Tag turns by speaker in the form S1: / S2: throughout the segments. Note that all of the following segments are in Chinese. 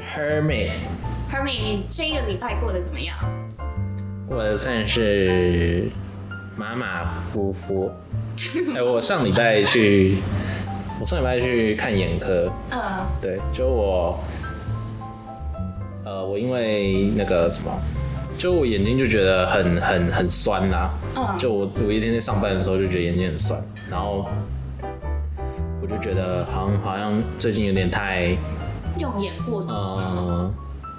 S1: Hermit，
S2: Hermie，你这个礼拜过得怎么样？
S1: 我算是马马虎虎。哎、我上礼拜去，我上礼拜去看眼科，
S2: 呃，
S1: 对，就我，呃，我因为那个什么，就我眼睛就觉得很很很酸啦、
S2: 嗯
S1: 就我我一天天上班的时候就觉得眼睛很酸，然后我就觉得好像好像最近有点太
S2: 用眼过度是吗？
S1: 呃，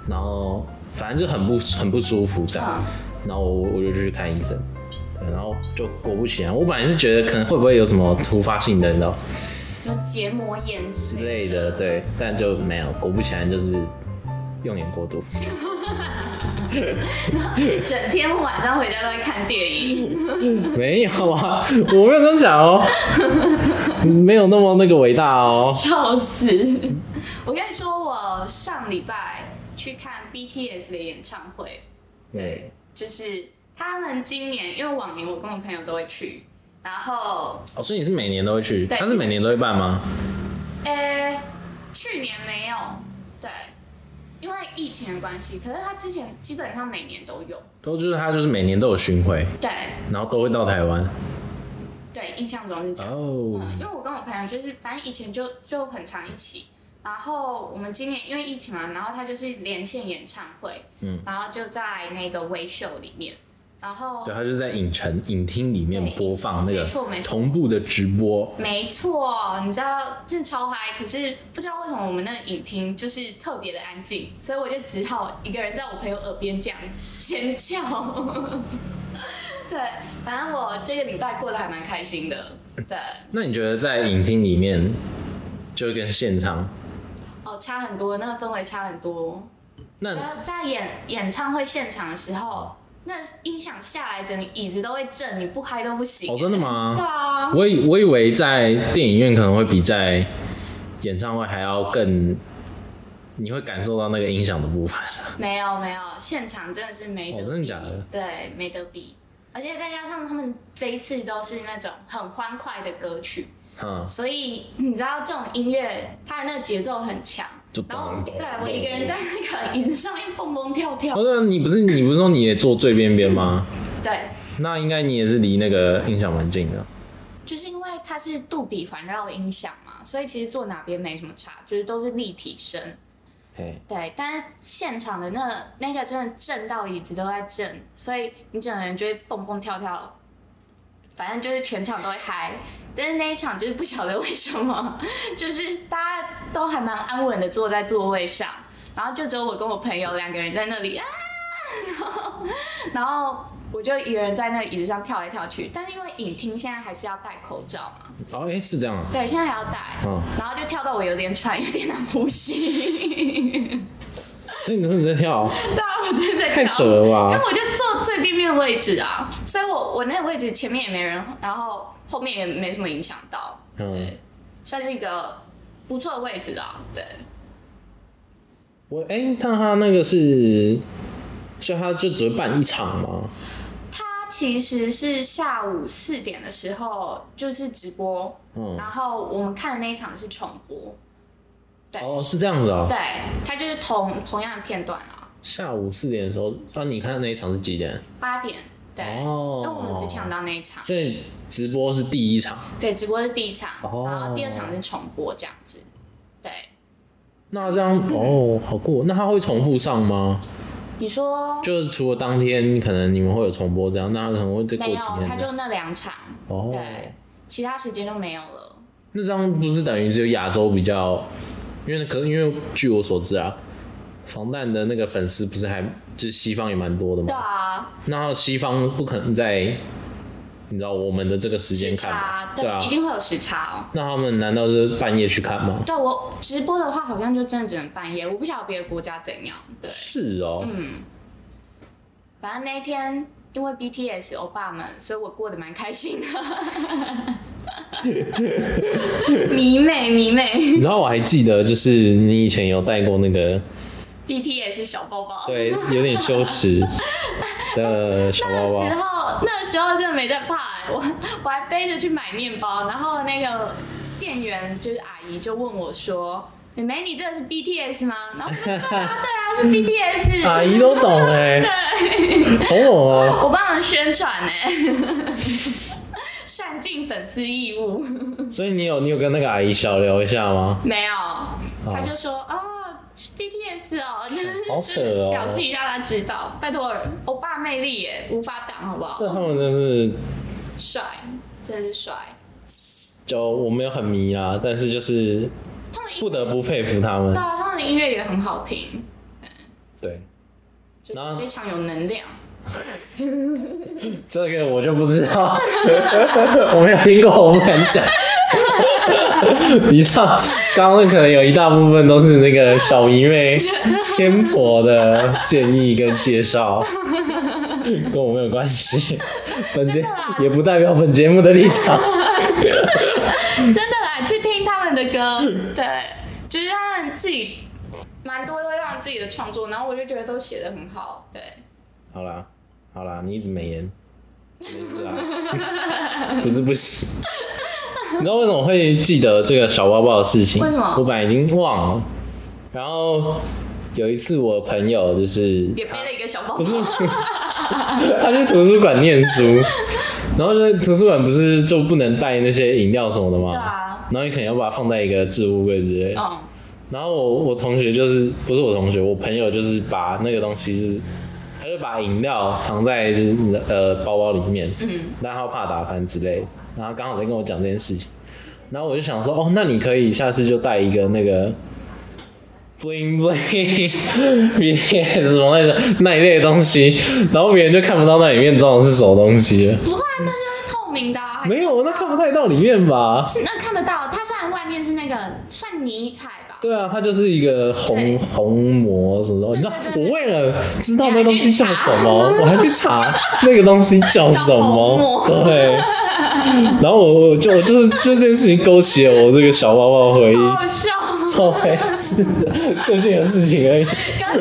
S1: 然后反正就很不很不舒服
S2: 嗯
S1: 这样，然后我我就去看医生，对然后就果不其然，我本来是觉得可能会不会有什么突发性的，你知道
S2: 有结膜炎之
S1: 之
S2: 类
S1: 类的，对，但就没有，果不其然就是用眼 过度，
S2: 的，整天晚上回家都在看电影。
S1: 没有啊，我没有这么讲哦，没有那么那个伟大哦，
S2: 笑 死！我跟你说，我上礼拜去看 BTS 的演唱会，
S1: 对，
S2: 就是他们今年，因为往年我跟我朋友都会去，然后
S1: 哦，所以你是每年都会去，
S2: 对
S1: 他是每年都会办吗？
S2: 呃、去年没有，对，因为疫情的关系，可是他之前基本上每年都有，
S1: 都就是他就是每年都有巡回，
S2: 对
S1: 然后都会到台湾，
S2: 对，印象中是这样。
S1: 哦，
S2: 嗯，因为我跟我朋友就是，反正以前就就很常一起，然后我们今年因为疫情嘛，然后他就是连线演唱会，
S1: 嗯，
S2: 然后就在那个微秀里面，然后
S1: 对，他就是在影城影厅里面
S2: 对
S1: 播放那个
S2: 没错没错
S1: 同步的直播，
S2: 没错，你知道真的超嗨，可是不知道为什么我们那个影厅就是特别的安静，所以我就只好一个人在我朋友耳边这样尖叫。 对，反正我这个礼拜过得还蛮开心的。对，
S1: 那你觉得在影厅里面，就跟现场，
S2: 哦，差很多，那个氛围差很多。
S1: 那
S2: 然后呃在演演唱会现场的时候，那音响下来，整个椅子都会震，你不嗨都不行。
S1: 哦，真的？
S2: 对
S1: 吗？
S2: 啊，
S1: 我以我以为在电影院可能会比在演唱会还要更，你会感受到那个音响的部分。
S2: 没有没有，现场真的是没得比、
S1: 哦真的假的？
S2: 对，没得比。而且再加上他们这一次都是那种很欢快的歌曲，
S1: 嗯，
S2: 所以你知道这种音乐它的那个节奏很强
S1: 就。
S2: 然后
S1: 咚咚
S2: 对啊我一个人在那个椅子上面蹦蹦跳跳
S1: 哦，，对啊，你不是你不是说你也坐最边边吗？
S2: 对，
S1: 那应该你也是离那个音响蛮近的。
S2: 就是因为它是杜比环绕音响嘛，所以其实坐哪边没什么差，就是都是立体声。
S1: 嘿，
S2: 对，但是现场的那那个真的震到椅子都在震，所以你整个人就会蹦蹦跳跳，反正就是全场都会嗨。但是那一场就是不晓得为什么，就是大家都还蛮安稳的坐在座位上，然后就只有我跟我朋友两个人在那里啊，然后然后我就一个人在那椅子上跳来跳去。但是因为影厅现在还是要戴口罩嘛，
S1: 哦，哎、是这样啊。
S2: 对，现在还要戴，
S1: 嗯，
S2: 然后就跳到我有点喘，有点难呼吸。
S1: 所以你说你在跳，
S2: 对啊，我真的在
S1: 太扯
S2: 跳，
S1: 了
S2: 因为？
S1: 吧
S2: 我就坐最边边的位置啊，所以我我那个位置前面也没人，然后后面也没什么影响到，
S1: 嗯。
S2: 算是一个不错的位置啊。对，
S1: 我哎、但他那个是，所以他就只会办一场吗？
S2: 它其实是下午四点的时候就是直播，
S1: 嗯
S2: 然后我们看的那一场是重播，对
S1: 哦，是这样子哦、
S2: 对，它就是同同样的片段啊，
S1: 下午四点的时候，那、你看那一场是几点？
S2: 八点。对，因
S1: 哦
S2: 为我们只抢到那一场，
S1: 所以直播是第一场，
S2: 对，直播是第一场，
S1: 哦
S2: 然后第二场是重播这样子，对。
S1: 那这样
S2: 嗯
S1: 哦，好过。那他会重复上吗？
S2: 你说
S1: 就是除了当天可能你们会有重播这样，那他可能会再过
S2: 没
S1: 几
S2: 有，他
S1: 天这
S2: 就
S1: 样。
S2: 那两场，
S1: 哦，
S2: 对，其他时间就没有了。
S1: 那这样不是等于只有亚洲比较？因为可因为据我所知啊，防弹的那个粉丝不是还就是西方也蛮多的嘛
S2: 对。
S1: 哦
S2: 啊，
S1: 那西方不可能在，你知道我们的这个时间
S2: 时
S1: 看
S2: 差
S1: 嘛，
S2: 对，
S1: 对啊
S2: 一。定会有时差哦。
S1: 那他们难道是半夜去看吗？
S2: 对我直播的话，好像就真的只能半夜，我不晓得别的国家怎样。对，
S1: 是哦，
S2: 嗯反正那一天因为 BTS 欧巴们，所以我过得蛮开心的。 迷妹迷妹
S1: 你知道我还记得，就是你以前有带过 那个，
S2: ，BTS 小包包。
S1: 对，有点羞耻的小
S2: 那
S1: 包
S2: 时
S1: 包。
S2: 候，那时候真的没在怕、欸我 我还飞着去买面包，然后那个店员就是阿姨就问我说：“妹妹，你这个是 BTS 吗？然 后我说对啊，对啊，是 BTS。
S1: 阿姨都懂 哎、好猛哦、
S2: 我帮忙宣传呢、 善尽粉丝义务。
S1: 所以你有你有跟那个阿姨小聊一下吗？
S2: 没有，他就说哦是，BTS 哦， 就是
S1: 好扯哦
S2: 表示一下他知道。拜托，欧巴魅力耶，无法挡，好不好？
S1: 但他们真是，
S2: 帅，真的是帅。
S1: 就我没有很迷啊，但是就是
S2: 他们音
S1: 不得不佩服他们
S2: 对。啊，他们的音乐也很好听，
S1: 对，
S2: 就
S1: 然后
S2: 非常有能量。
S1: 这个我就不知道， 我没有听过，我不敢讲。 以上刚刚可能有一大部分都是那个小迷 妹偏颇的建议跟 介绍，跟我没有关系。本节
S2: 真的啦
S1: 也不代表本节目的立场。
S2: 真的啦，去听他们的歌，
S1: 嗯
S2: 对，就是他们自己蛮多都会让自己的创作，然后我就觉得都写的很好，对，
S1: 好啦，好啦，你一直美颜，没事啊， 不是不行。你知道为什么会记得这个小包包的事情？
S2: 为什么
S1: 我本来已经忘了。然后有一次，我朋友就是
S2: 也背了一个小包包
S1: 不，是，他去图书馆念书，然后就是图书馆不是就不能带那些饮料什么的吗？
S2: 对啊
S1: 然后你可能要把它放在一个置物柜之类的。
S2: 嗯，
S1: 然后我我同学就是不是我同学，我朋友就是把那个东西是，他就把饮料藏在就是你的呃包包里面，嗯，但他怕打翻之类的，然后刚好在跟我讲这件事情，然后我就想说，哦，那你可以下次就带一个那个。bling bling，别 什么那种那一类的东西，然后别人就看不到那里面装的是什么东西了。
S2: 不会啊，那就是透明的、啊，
S1: 没有，那看不太到里面吧？
S2: 是那看得到，它虽然外面是那个算泥彩吧，
S1: 对啊，它就是一个
S2: 对
S1: 红红膜什么的，你知道
S2: 对对对
S1: 我为了知道那东西叫什么， 我还去查那个东西叫什么，
S2: 叫红
S1: 对。 然后我我就我就是就这件事情勾起了我这个小包包的回忆，
S2: 好好笑。
S1: 超白痴的，最近的事情而已。
S2: 可是它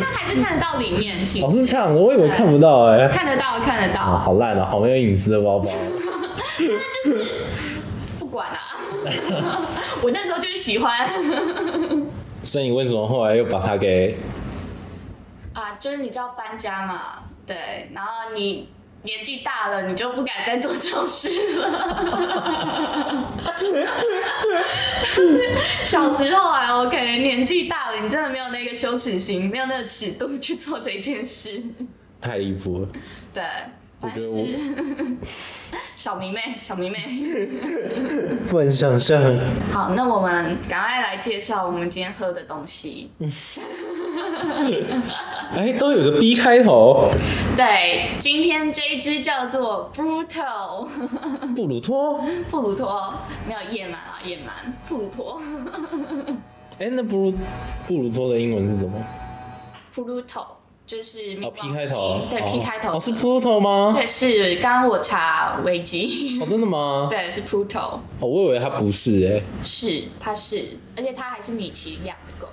S2: 那还是看得到里面，其
S1: 老
S2: 实
S1: 是这样，我以为看不到哎、
S2: 看得到，看得
S1: 啊，
S2: 到，
S1: 好烂啊，好没有隐私的包包。
S2: 不管啦、 我那时候就是喜欢
S1: 所以你为什么后来又把它给？
S2: 啊，就是你知道搬家嘛，对，然后你年纪大了，你就不敢再做这种事了。就是 小时候还 OK，年纪大了，你真的没有那个羞耻心，没有那个尺度去做这件事。
S1: 太离谱了！
S2: 对，
S1: 我
S2: 反
S1: 觉
S2: 正
S1: 得
S2: 就
S1: 我
S2: 是 小迷妹，小迷妹。
S1: 不能想象，
S2: 好，那我们赶快来介绍我们今天喝的东西。
S1: 哎，都有个 B 开头，
S2: 对，今天这一支叫做 Brutal
S1: 布鲁托。
S2: 布鲁托，没有夜蛮啊，夜蛮布鲁托
S1: 哎、那布鲁布鲁托的英文是什么？
S2: Pluto 就是冥
S1: 哦，P
S2: 王
S1: 开
S2: 星
S1: 头，
S2: 对
S1: 哦
S2: P 开头
S1: 哦，是 Pluto 吗？
S2: 对是刚刚我查维基，
S1: 哦，真的吗？
S2: 对是 Pluto，
S1: 哦，我以为它不是哎、
S2: 是它是，而且它还是米奇养的狗。
S1: 哎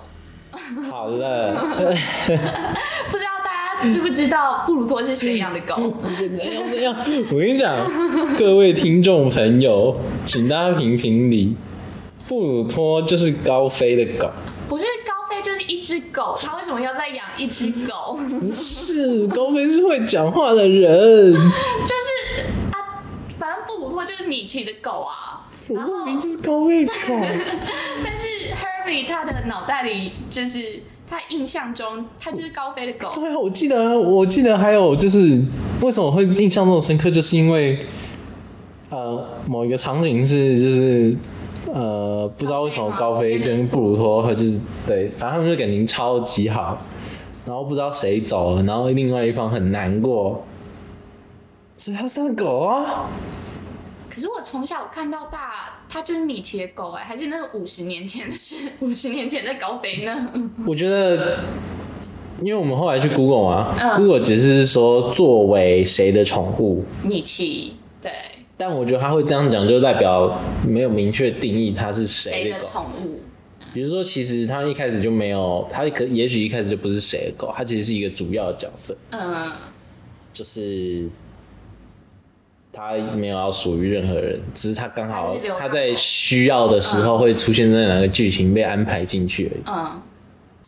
S1: 好了，
S2: 不知道大家知不知道布鲁托是谁养的狗？
S1: 现在要这样，我跟你讲，各位听众朋友，请大家评评理。布鲁托就是高飞的狗，
S2: 不是高飞就是一只狗，他为什么要再养一只狗？
S1: 不是高飞是会讲话的人，
S2: 就是啊，反正布鲁托就是米奇的狗啊。
S1: 我
S2: 然后
S1: 莫，名就是高飞的狗，
S2: 但是 Harry 他的脑袋里就是他印象中他就是高飞的狗，
S1: 对啊，我记得啊，我记得还有就是，为什么会印象这么深刻，就是因为，呃，某一个场景是就是，呃，不知道为什么高飞跟布鲁托和就是对，反正他们就感情超级好，然后不知道谁走了，然后另外一方很难过，所以他是那狗啊，
S2: 可是我从小看到大，他就是米奇的狗哎、还是那个五十年前的事， 五十年前的高飞呢？
S1: 我觉得。因为我们后来去 Google 嘛、
S2: 嗯
S1: g o o g l e 只是说作为谁的宠物，
S2: 米奇对
S1: 但我觉得他会这样讲，就代表没有明确定义它是
S2: 谁
S1: 谁的
S2: 的
S1: 狗。
S2: 宠物？
S1: 比如说，其实他一开始就没有，他可也许一开始就不是谁的狗，他其实是一个主要的角色，
S2: 嗯，
S1: 就是他没有要属于任何人，只是他刚
S2: 他
S1: 好
S2: 是流浪
S1: 他在需要的时候会出现在哪个剧情被安排进去而已。
S2: 嗯，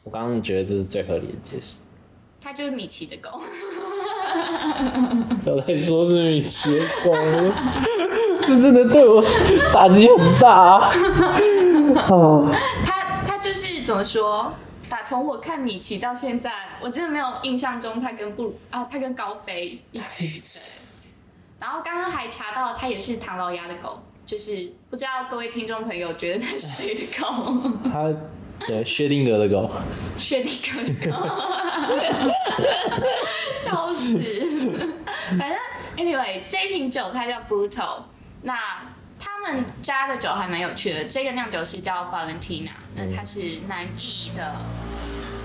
S1: 我刚刚觉得这是最合理的解释。
S2: 它就是米奇的狗，
S1: 不要再说是米奇的狗了， 这真的对我打击很大、 啊。
S2: 它它就是怎么说？打从我看米奇到现在，我真的没有印象中它跟布鲁啊，它跟高飞一 起。然后刚刚还查到，它也是唐老鸭的狗，就是不知道各位听众朋友觉得它是谁的狗？
S1: 他对薛定谔的狗，
S2: 薛定谔的狗， 笑死！反正 anyway，这一瓶酒它叫 Brutal，那他们家的酒还蛮有趣的。这个酿酒师叫 Valentina，那他是南意的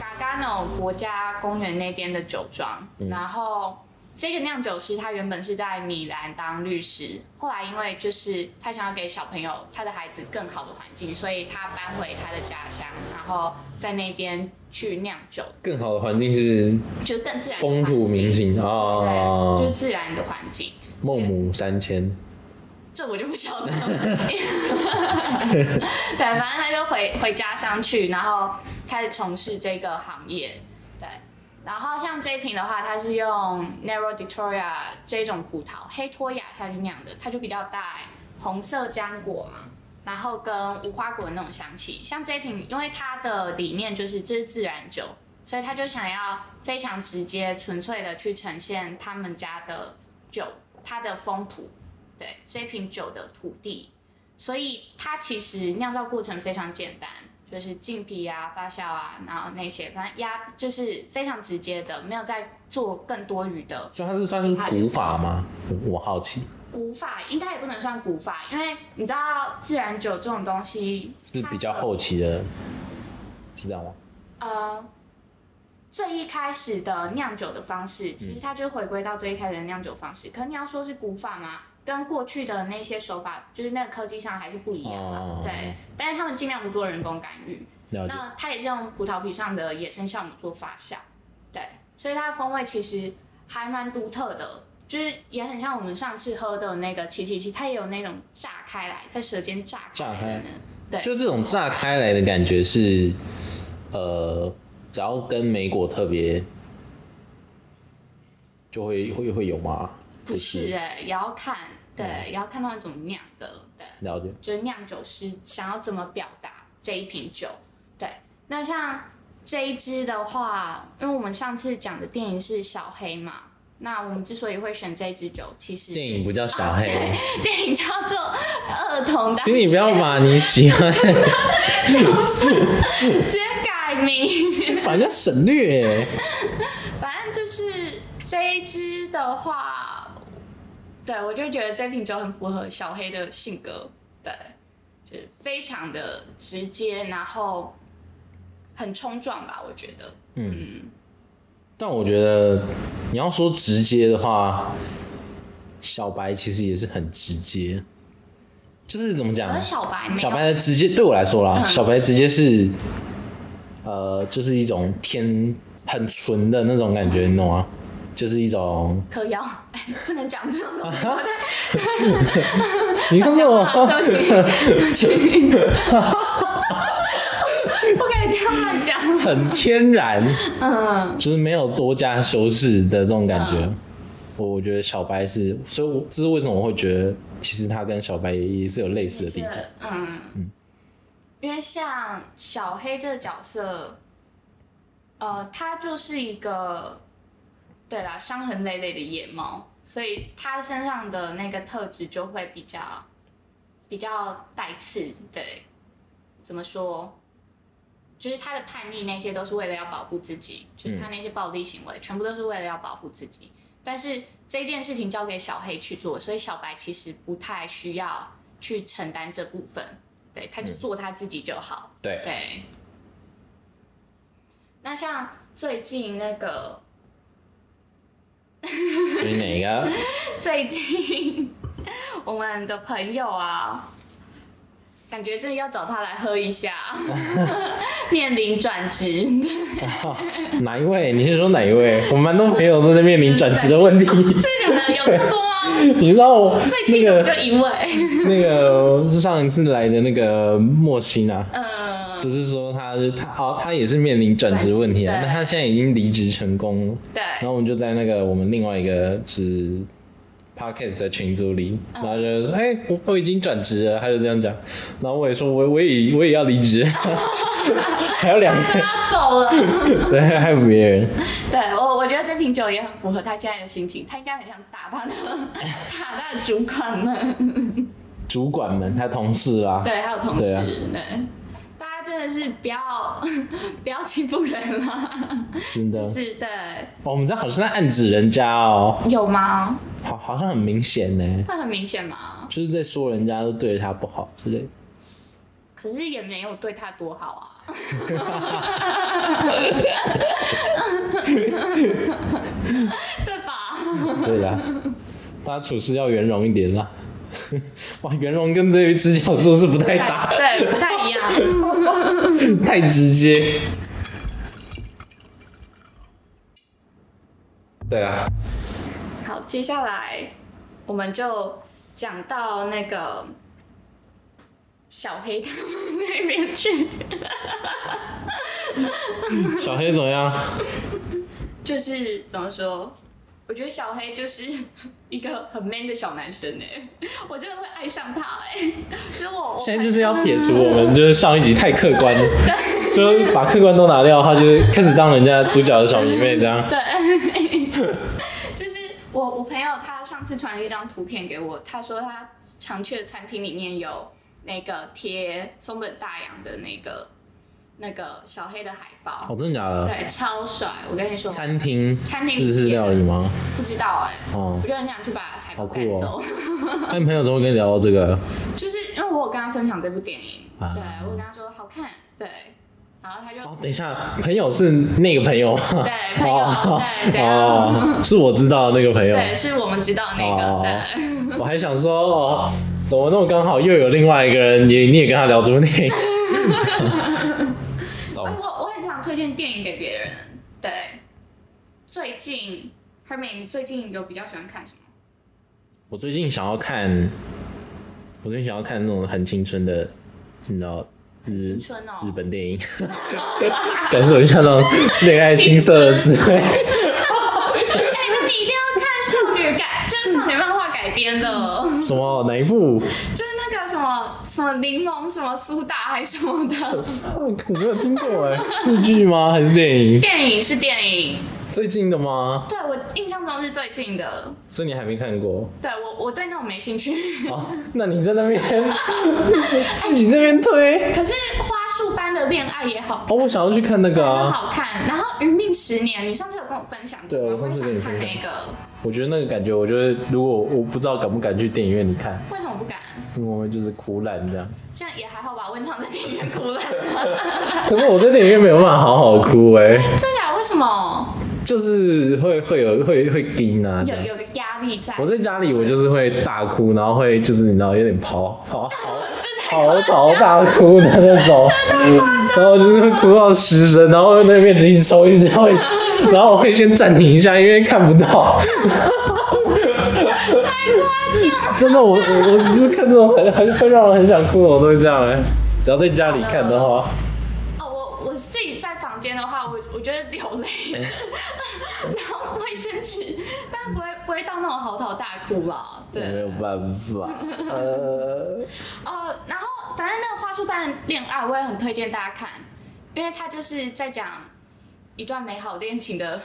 S2: Gargano 国家公园那边的酒庄，然后。这个酿酒师他原本是在米兰当律师，后来因为就是他想要给小朋友他的孩子更好的环境，所以他搬回他的家乡，然后在那边去酿酒，
S1: 更好的环境是
S2: 就更自然的
S1: 风
S2: 环
S1: 土
S2: 境
S1: 民情啊、
S2: 对，就
S1: 哦
S2: 是，自然的环境，
S1: 孟母三迁。
S2: 这我就不晓得了。 对，反正他就回回家乡去，然后开始从事这个行业。对，然后像这一瓶的话，它是用 Nero Dictoria 这种葡萄黑托雅下去酿的，它就比较欸带红色浆果嘛。然后跟无花果那种香气，像这一瓶，因为它的理念就是这是自然酒，所以他就想要非常直接、纯粹的去呈现他们家的酒，它的风土，对这一瓶酒的土地，所以它其实酿造过程非常简单，就是浸皮啊、发酵啊，然后那些，反正压就是非常直接的，没有再做更多余的
S1: 所以它是算是古法吗？我好奇，
S2: 古法，应该也不能算古法，因为你知道自然酒这种东西
S1: 是比较后期的，是这样吗？
S2: 呃，最一开始的酿酒的方式，其实它就回归到最一开始的酿酒方式。可你要说是古法嘛，跟过去的那些手法，就是那个科技上还是不一样嘛。
S1: 哦
S2: 对，但是他们尽量不做人工干预。
S1: 了解。
S2: 那它也是用葡萄皮上的野生酵母做发酵，对，所以它的风味其实还蛮独特的。就是也很像我们上次喝的那个七七七，它也有那种炸开来，在舌尖炸开
S1: 炸
S2: 来
S1: 开
S2: 的那种对，
S1: 就这种炸开来的感觉是，呃，只要跟莓果特别，就会会会有吗？
S2: 不是哎、也要看，对，
S1: 嗯
S2: 也要看他们怎么酿的，对，
S1: 了解。
S2: 就是酿酒师想要怎么表达这一瓶酒，对。那像这一支的话，因为我们上次讲的电影是小黑嘛，那我们之所以会选这一支酒，其实
S1: 电影不叫小 黑，
S2: 电影叫做《儿童的
S1: 请你不要把你喜欢的
S2: 直接改名。
S1: 把人家省略欸。
S2: 反正就是这一支的话，对我就觉得这瓶酒很符合小黑的性格，对，就是非常的直接，然后很冲撞吧，我觉得。
S1: 但我觉得你要说直接的话，小白其实也是很直接，就是怎么讲
S2: 可？是小白没有，嗯
S1: 小白的直接对我来说啦，小白直接是，呃，就是一种天很纯的那种感觉，你懂吗？就是一种，
S2: 嗑药，哎，不能讲这种东西。
S1: 你告诉我，
S2: 啊 对不起，对不起，不可以这样乱讲。
S1: 很天然，嗯，就是没有多加修饰的这种感觉。
S2: 嗯
S1: 我我觉得小白是，所以我这是为什么我会觉得，其实他跟小白也是有类似的地
S2: 是
S1: 方。
S2: 嗯，因为像小黑这个角色，呃，他就是一个，对啦，伤痕累累的野猫，所以他身上的那个特质就会比较比较带刺，对，怎么说？就是他的叛逆那些都是为了要保护自己，就是他那些暴力行为、全部都是为了要保护自己。但是这件事情交给小黑去做，所以小白其实不太需要去承担这部分，对，他就做他自己就好。
S1: 对
S2: 对。那像最近那个
S1: 你哪个？
S2: 最近我们的朋友啊，感觉这要找他来喝一下，面临转职，
S1: 哪一位？你是说哪一位？我们蛮多朋友都在面临转职的问 题。
S2: 这两个有这么多吗？
S1: 你知道 我
S2: 最
S1: 那
S2: 近的我就
S1: 个
S2: 一位，
S1: 那个上一次来的那个莫西娜，
S2: 嗯，
S1: 不是说他是他哦，他也是面临转职问题啊，
S2: 转职对
S1: 那他现在已经离职成功了。
S2: 对，
S1: 然后我们就在那个我们另外一个是 podcast 的群组里，
S2: 嗯
S1: 然后就说：“哎、我我已经转职了。”他就这样讲，然后我也说：“我我也我也要离 职。”还有两
S2: 他
S1: 个，
S2: 要走了。
S1: 对，还有别人，
S2: 对我，我觉得这瓶酒也很符合他现在的心情，他应该很想打他的 打他的主管们，
S1: 主管们，他同事啊，
S2: 对，还有同事，
S1: 对
S2: 对,、
S1: 啊
S2: 大家真的是不要 不要欺负人 了，
S1: 真的，
S2: 是的，
S1: 哦，我们这样好像在暗指人家哦，
S2: 有吗？
S1: 好，好像很明显呢，
S2: 会很明显吗？
S1: 就是在说人家都对他不好之类的。
S2: 可是也没有对他多好啊。 对吧？
S1: 对啦，大家处事要圆融一点啦。 哇，圆融跟这一只脚是不是不太搭？
S2: 对，不太一样。
S1: 太直接。对啊，
S2: 好，接下来我们就讲到那个小黑他们那边去，
S1: 小黑怎么样？
S2: 就是怎么说？我觉得小黑就是 一个很 man 的小男生哎、我真的会爱上他哎、就我我
S1: 现在就是要撇除我们就是上一集太客观了，就是把客观都拿掉的话，就是开始当人家主角的小迷妹这样。
S2: 对，就是我我朋友他上次传了一张图片给我，他说他常去的餐厅里面有那个贴松本大洋的那个那个小黑的海报，
S1: 哦，真的假的？
S2: 对，超帅！我跟你说，
S1: 餐厅
S2: 餐厅
S1: 日式料理吗？
S2: 不知道哎、
S1: 哦
S2: 我，就很想去把海报
S1: 好酷
S2: 赶
S1: 哦
S2: 走，
S1: 那你朋友怎么会跟你聊到这个？
S2: 就是因为我有跟他分享这部电影，
S1: 啊
S2: 对我跟他说好看，对，然后他就、
S1: 哦，等一下，朋友是那个朋友吗？
S2: 对朋友对怎样
S1: 哦，是我知道的那个朋友。
S2: 对，是我们知道的那个，
S1: 哦
S2: 对，
S1: 我还想说，哦，怎么那么刚好又有另外一个人，你你也跟他聊这部 电影？
S2: 哎、
S1: 哦，
S2: 我我很常推荐电影给别人，对，最近 Herman 你最近有比较喜欢看什么？
S1: 我最近想要看，我最近想要看那种很青春的，你知道日
S2: 青春哦
S1: 日本 电影，感受一下那种恋爱青涩的滋味。
S2: 哎、那你一定要看少女改，就是少女漫画改编 的，哦
S1: 什么哪 一部？
S2: 就是那个什么什么柠檬什么苏打还是什么 的。
S1: 我没有听过哎，日剧吗？还是电影？
S2: 电影是电影，
S1: 最近的吗？
S2: 对我印象中是最近的。
S1: 所以你还没看过？
S2: 对我，我对那种没兴趣。
S1: 哦，那你在那边 自己这边推。
S2: 可是花束般的恋爱也好，
S1: 哦，我想要去看那个
S2: 都
S1: 啊，
S2: 好看。然后《余命十年》，你上次有跟我分享过
S1: 对
S2: 吗，
S1: 我上次
S2: 会
S1: 跟你
S2: 想看
S1: 分
S2: 那
S1: 享
S2: 个，
S1: 我觉得那个感觉，我觉得如果我不知道敢不敢去电影院里看，
S2: 为什么不敢？
S1: 因为我们就是苦懒这样。
S2: 这样也还好吧，文昌在电影院哭 了。真
S1: 可是我在电影院没有办法好好哭哎、
S2: 假？啊为什么
S1: 就是会会有会会惊啊这
S2: 有
S1: 样。
S2: 有个压力在？
S1: 我在家里我就是会大哭，然后会就是你知道有点嚎嚎嚎
S2: 这 太
S1: 嚎
S2: 夸
S1: 啕
S2: 张了，
S1: 大哭的那种，然后就是会哭到失声，然后那面子一直抽一直抽一直，然后我会先暂停一下，因为看不到。真的，我我我就是看这种很很会让人很想哭的，我都会这样哎、只要在家里看的话，
S2: 哦，我我自己在房间的话，我我觉得流 泪，然后卫生纸，但不会不会到那种嚎啕大哭啦。
S1: 我没
S2: 对，
S1: 有办法。呃，
S2: 呃，然后反正那个花束般的恋爱，我也很推荐大家看，因为它就是在讲一段美好恋情的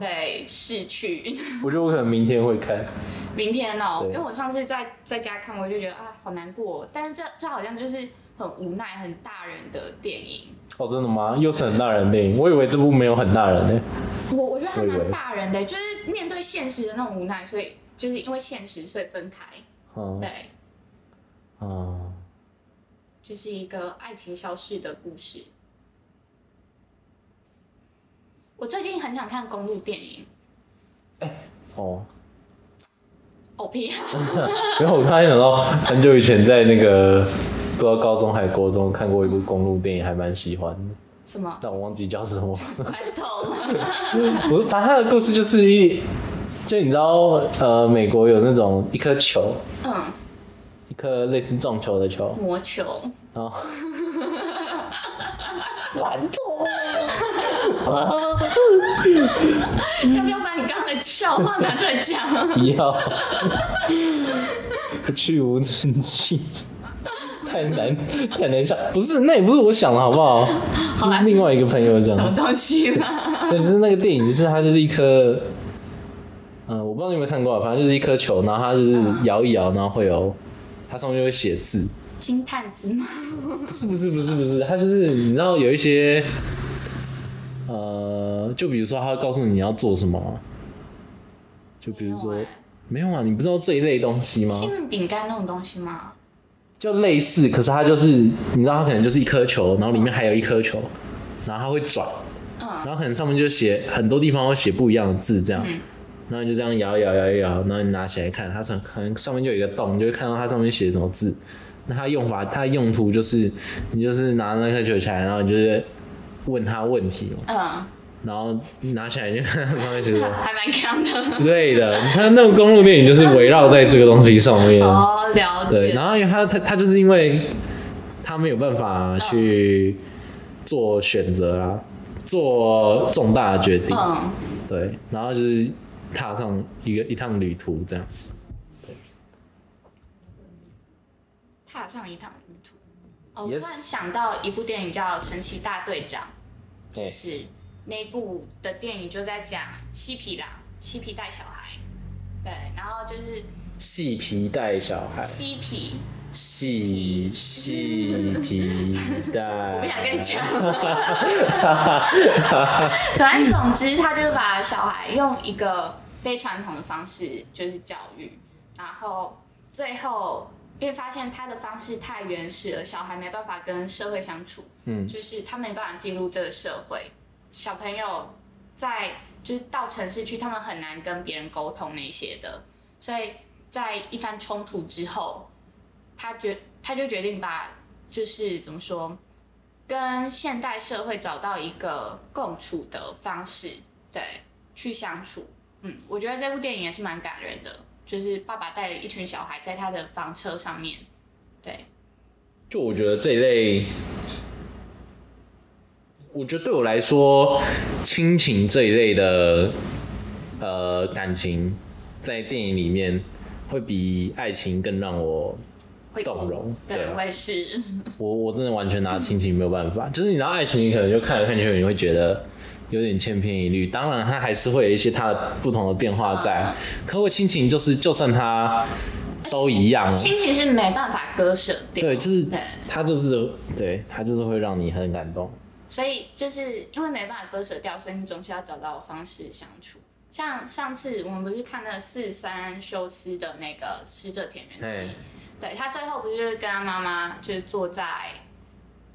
S2: 对逝去。
S1: 我觉得我可能明天会看。
S2: 明天哦、因
S1: 对
S2: 为我上次在在家看，我就觉得啊，好难过哦。但是这这好像就是很无奈、很大人的电影。
S1: 哦，真的吗？又是很大人的电影，我以为这部没有很大人呢、
S2: 我我觉得还
S1: 我以
S2: 蛮
S1: 为
S2: 大人的，就是面对现实的那种无奈，所以就是因为现实所以分开。
S1: 嗯
S2: 对，
S1: 嗯，
S2: 就是一个爱情消逝的故事。我最近很想看公路电影，
S1: 哦。
S2: 哦呸！
S1: 然后我刚才想到很久以前在那个不知道高中还国中看过一部公路电影，还蛮喜欢的，
S2: 什么？
S1: 但我忘记叫什么。
S2: 快透了，
S1: 我反正他的故事就是一，就你知道，呃，美国有那种一颗球，
S2: 嗯，
S1: 一颗类似撞球的球，
S2: 魔球，
S1: 然后
S2: 要不要把你刚刚的笑话拿出来 讲？
S1: 不要，不去无存迹，太难太难想，不是那也不是我想的好不好？
S2: 好啦
S1: 是另外一个朋友讲
S2: 什
S1: 的
S2: 么，东西啦？
S1: 对，就是那个电影，就是它就是一颗，嗯、我不知道你有没有看过啊，反正就是一颗球，然后它就是摇一摇，然后会有，它上面就会写字。
S2: 金探子吗？
S1: 不是不是不是不是，它就是你知道有一些，呃，就比如说它会告诉你你要做什么啊，就比如说
S2: 没有欸
S1: 没有啊，你不知道这一类东西吗？
S2: 幸运饼干那种东西吗？
S1: 就类似，可是它就是你知道它可能就是一颗球，然后里面还有一颗球，然后它会转，然后可能上面就写很多地方会写不一样的字这样。然后你就这样摇一摇摇一摇，然后你拿起来看，它上可能上面就有一个洞，你就会看到它上面写什么字。那它用法，它的用途就是，你就是拿那颗球起来，然后你就是问他问题嘛，
S2: 嗯，
S1: 然后拿起来就看它上面写什么
S2: 还蛮强的。
S1: 之类的。它那种公路电影就是围绕在这个东西上面。
S2: 哦，了
S1: 对，
S2: 解。
S1: 然后因为他他他就是因为他没有办
S2: 嗯
S1: 法去做选择啊，做重大的决定，
S2: 嗯，
S1: 对，然后就是踏上一个一趟旅途这样。
S2: 踏上一趟旅途。哦，我
S1: Yes
S2: 突然想到一部电影叫《神奇大队长》，
S1: 对
S2: 就是那部的电影就在讲嬉皮啦，嬉皮带小孩。对，然后就是
S1: 细皮带小孩，
S2: 嬉皮，
S1: 细细皮带，
S2: 我不想跟你 讲。反正总之，他就是把小孩用一个非传统的方式就是教育，然后最后因为发现他的方式太原始了，小孩没办法跟社会相处，
S1: 嗯
S2: 就是他没办法进入这个社会，小朋友在就是到城市去，他们很难跟别人沟通那些的，所以在一番冲突之后，他决他就决定把就是怎么说，跟现代社会找到一个共处的方式，对，去相处。嗯，我觉得这部电影也是蛮感人的，就是爸爸带着一群小孩在他的房车上面，对，
S1: 就我觉得这一类，我觉得对我来说，亲情这一类的呃感情，在电影里面会比爱情更让我
S2: 会哭
S1: 动容
S2: 对，
S1: 对啊
S2: 我也是，
S1: 我我真的完全拿亲情没有办法，就是你拿爱情，你可能就看来看去，你会觉得有点千篇一律。当然，它还是会有一些它的不同的变化在。可我亲情就是，就算它都一样，
S2: 亲情是没办法割舍掉，
S1: 对，就是
S2: 对，
S1: 它就是对它就是会让你很感动。
S2: 所以就是因为没办法割舍掉，所以你总是要找到方式相处。像上次我们不是看了四三修斯的那个《使者田园记》
S1: 嘿，
S2: 对他最后不是就是跟他妈妈就是坐在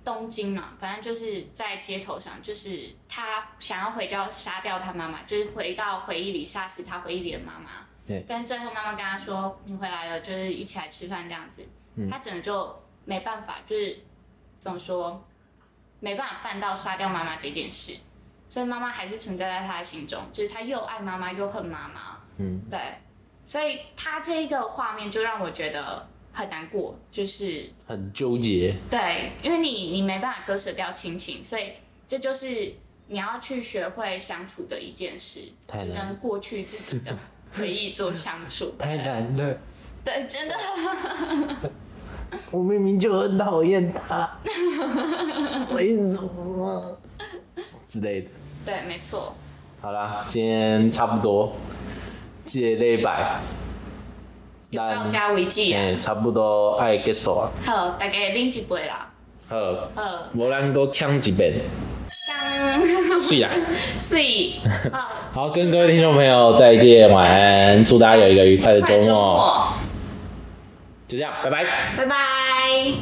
S2: 东京嘛，反正就是在街头上，就是他想要回家杀掉他妈妈，就是回到回忆里杀死他回忆里的妈妈。
S1: 对，
S2: 但最后妈妈跟他说：“你回来了，就是一起来吃饭这样子。
S1: 嗯
S2: 他整个就没办法，就是怎么说，没办法办到杀掉妈妈这件事，所以妈妈还是存在在他的心中，就是他又爱妈妈又恨妈妈。
S1: 嗯，
S2: 对，所以他这一个画面就让我觉得很难过，就是
S1: 很纠结。
S2: 对，因为你你没办法割舍掉亲情，所以这就是你要去学会相处的一件事，就
S1: 太难
S2: 跟过去自己的回忆做相处。
S1: 太难了，
S2: 对，真 的
S1: 我明明就很讨厌 他，为什么之类的。
S2: 对，没错。
S1: 好啦，今天差不多，这类百，
S2: 有到家为止啊！
S1: 嗯，差不多爱结束啊。
S2: 好，大家拎一杯啦。
S1: 好，
S2: 呃，
S1: 无咱多抢一遍，
S2: 香
S1: 是啦。
S2: 水，呃，
S1: 好，跟各位听众朋友再见，晚安，哎祝大家有一个愉快的
S2: 快
S1: 周
S2: 周
S1: 末。
S2: 末，
S1: 就这样，拜拜。
S2: 拜拜。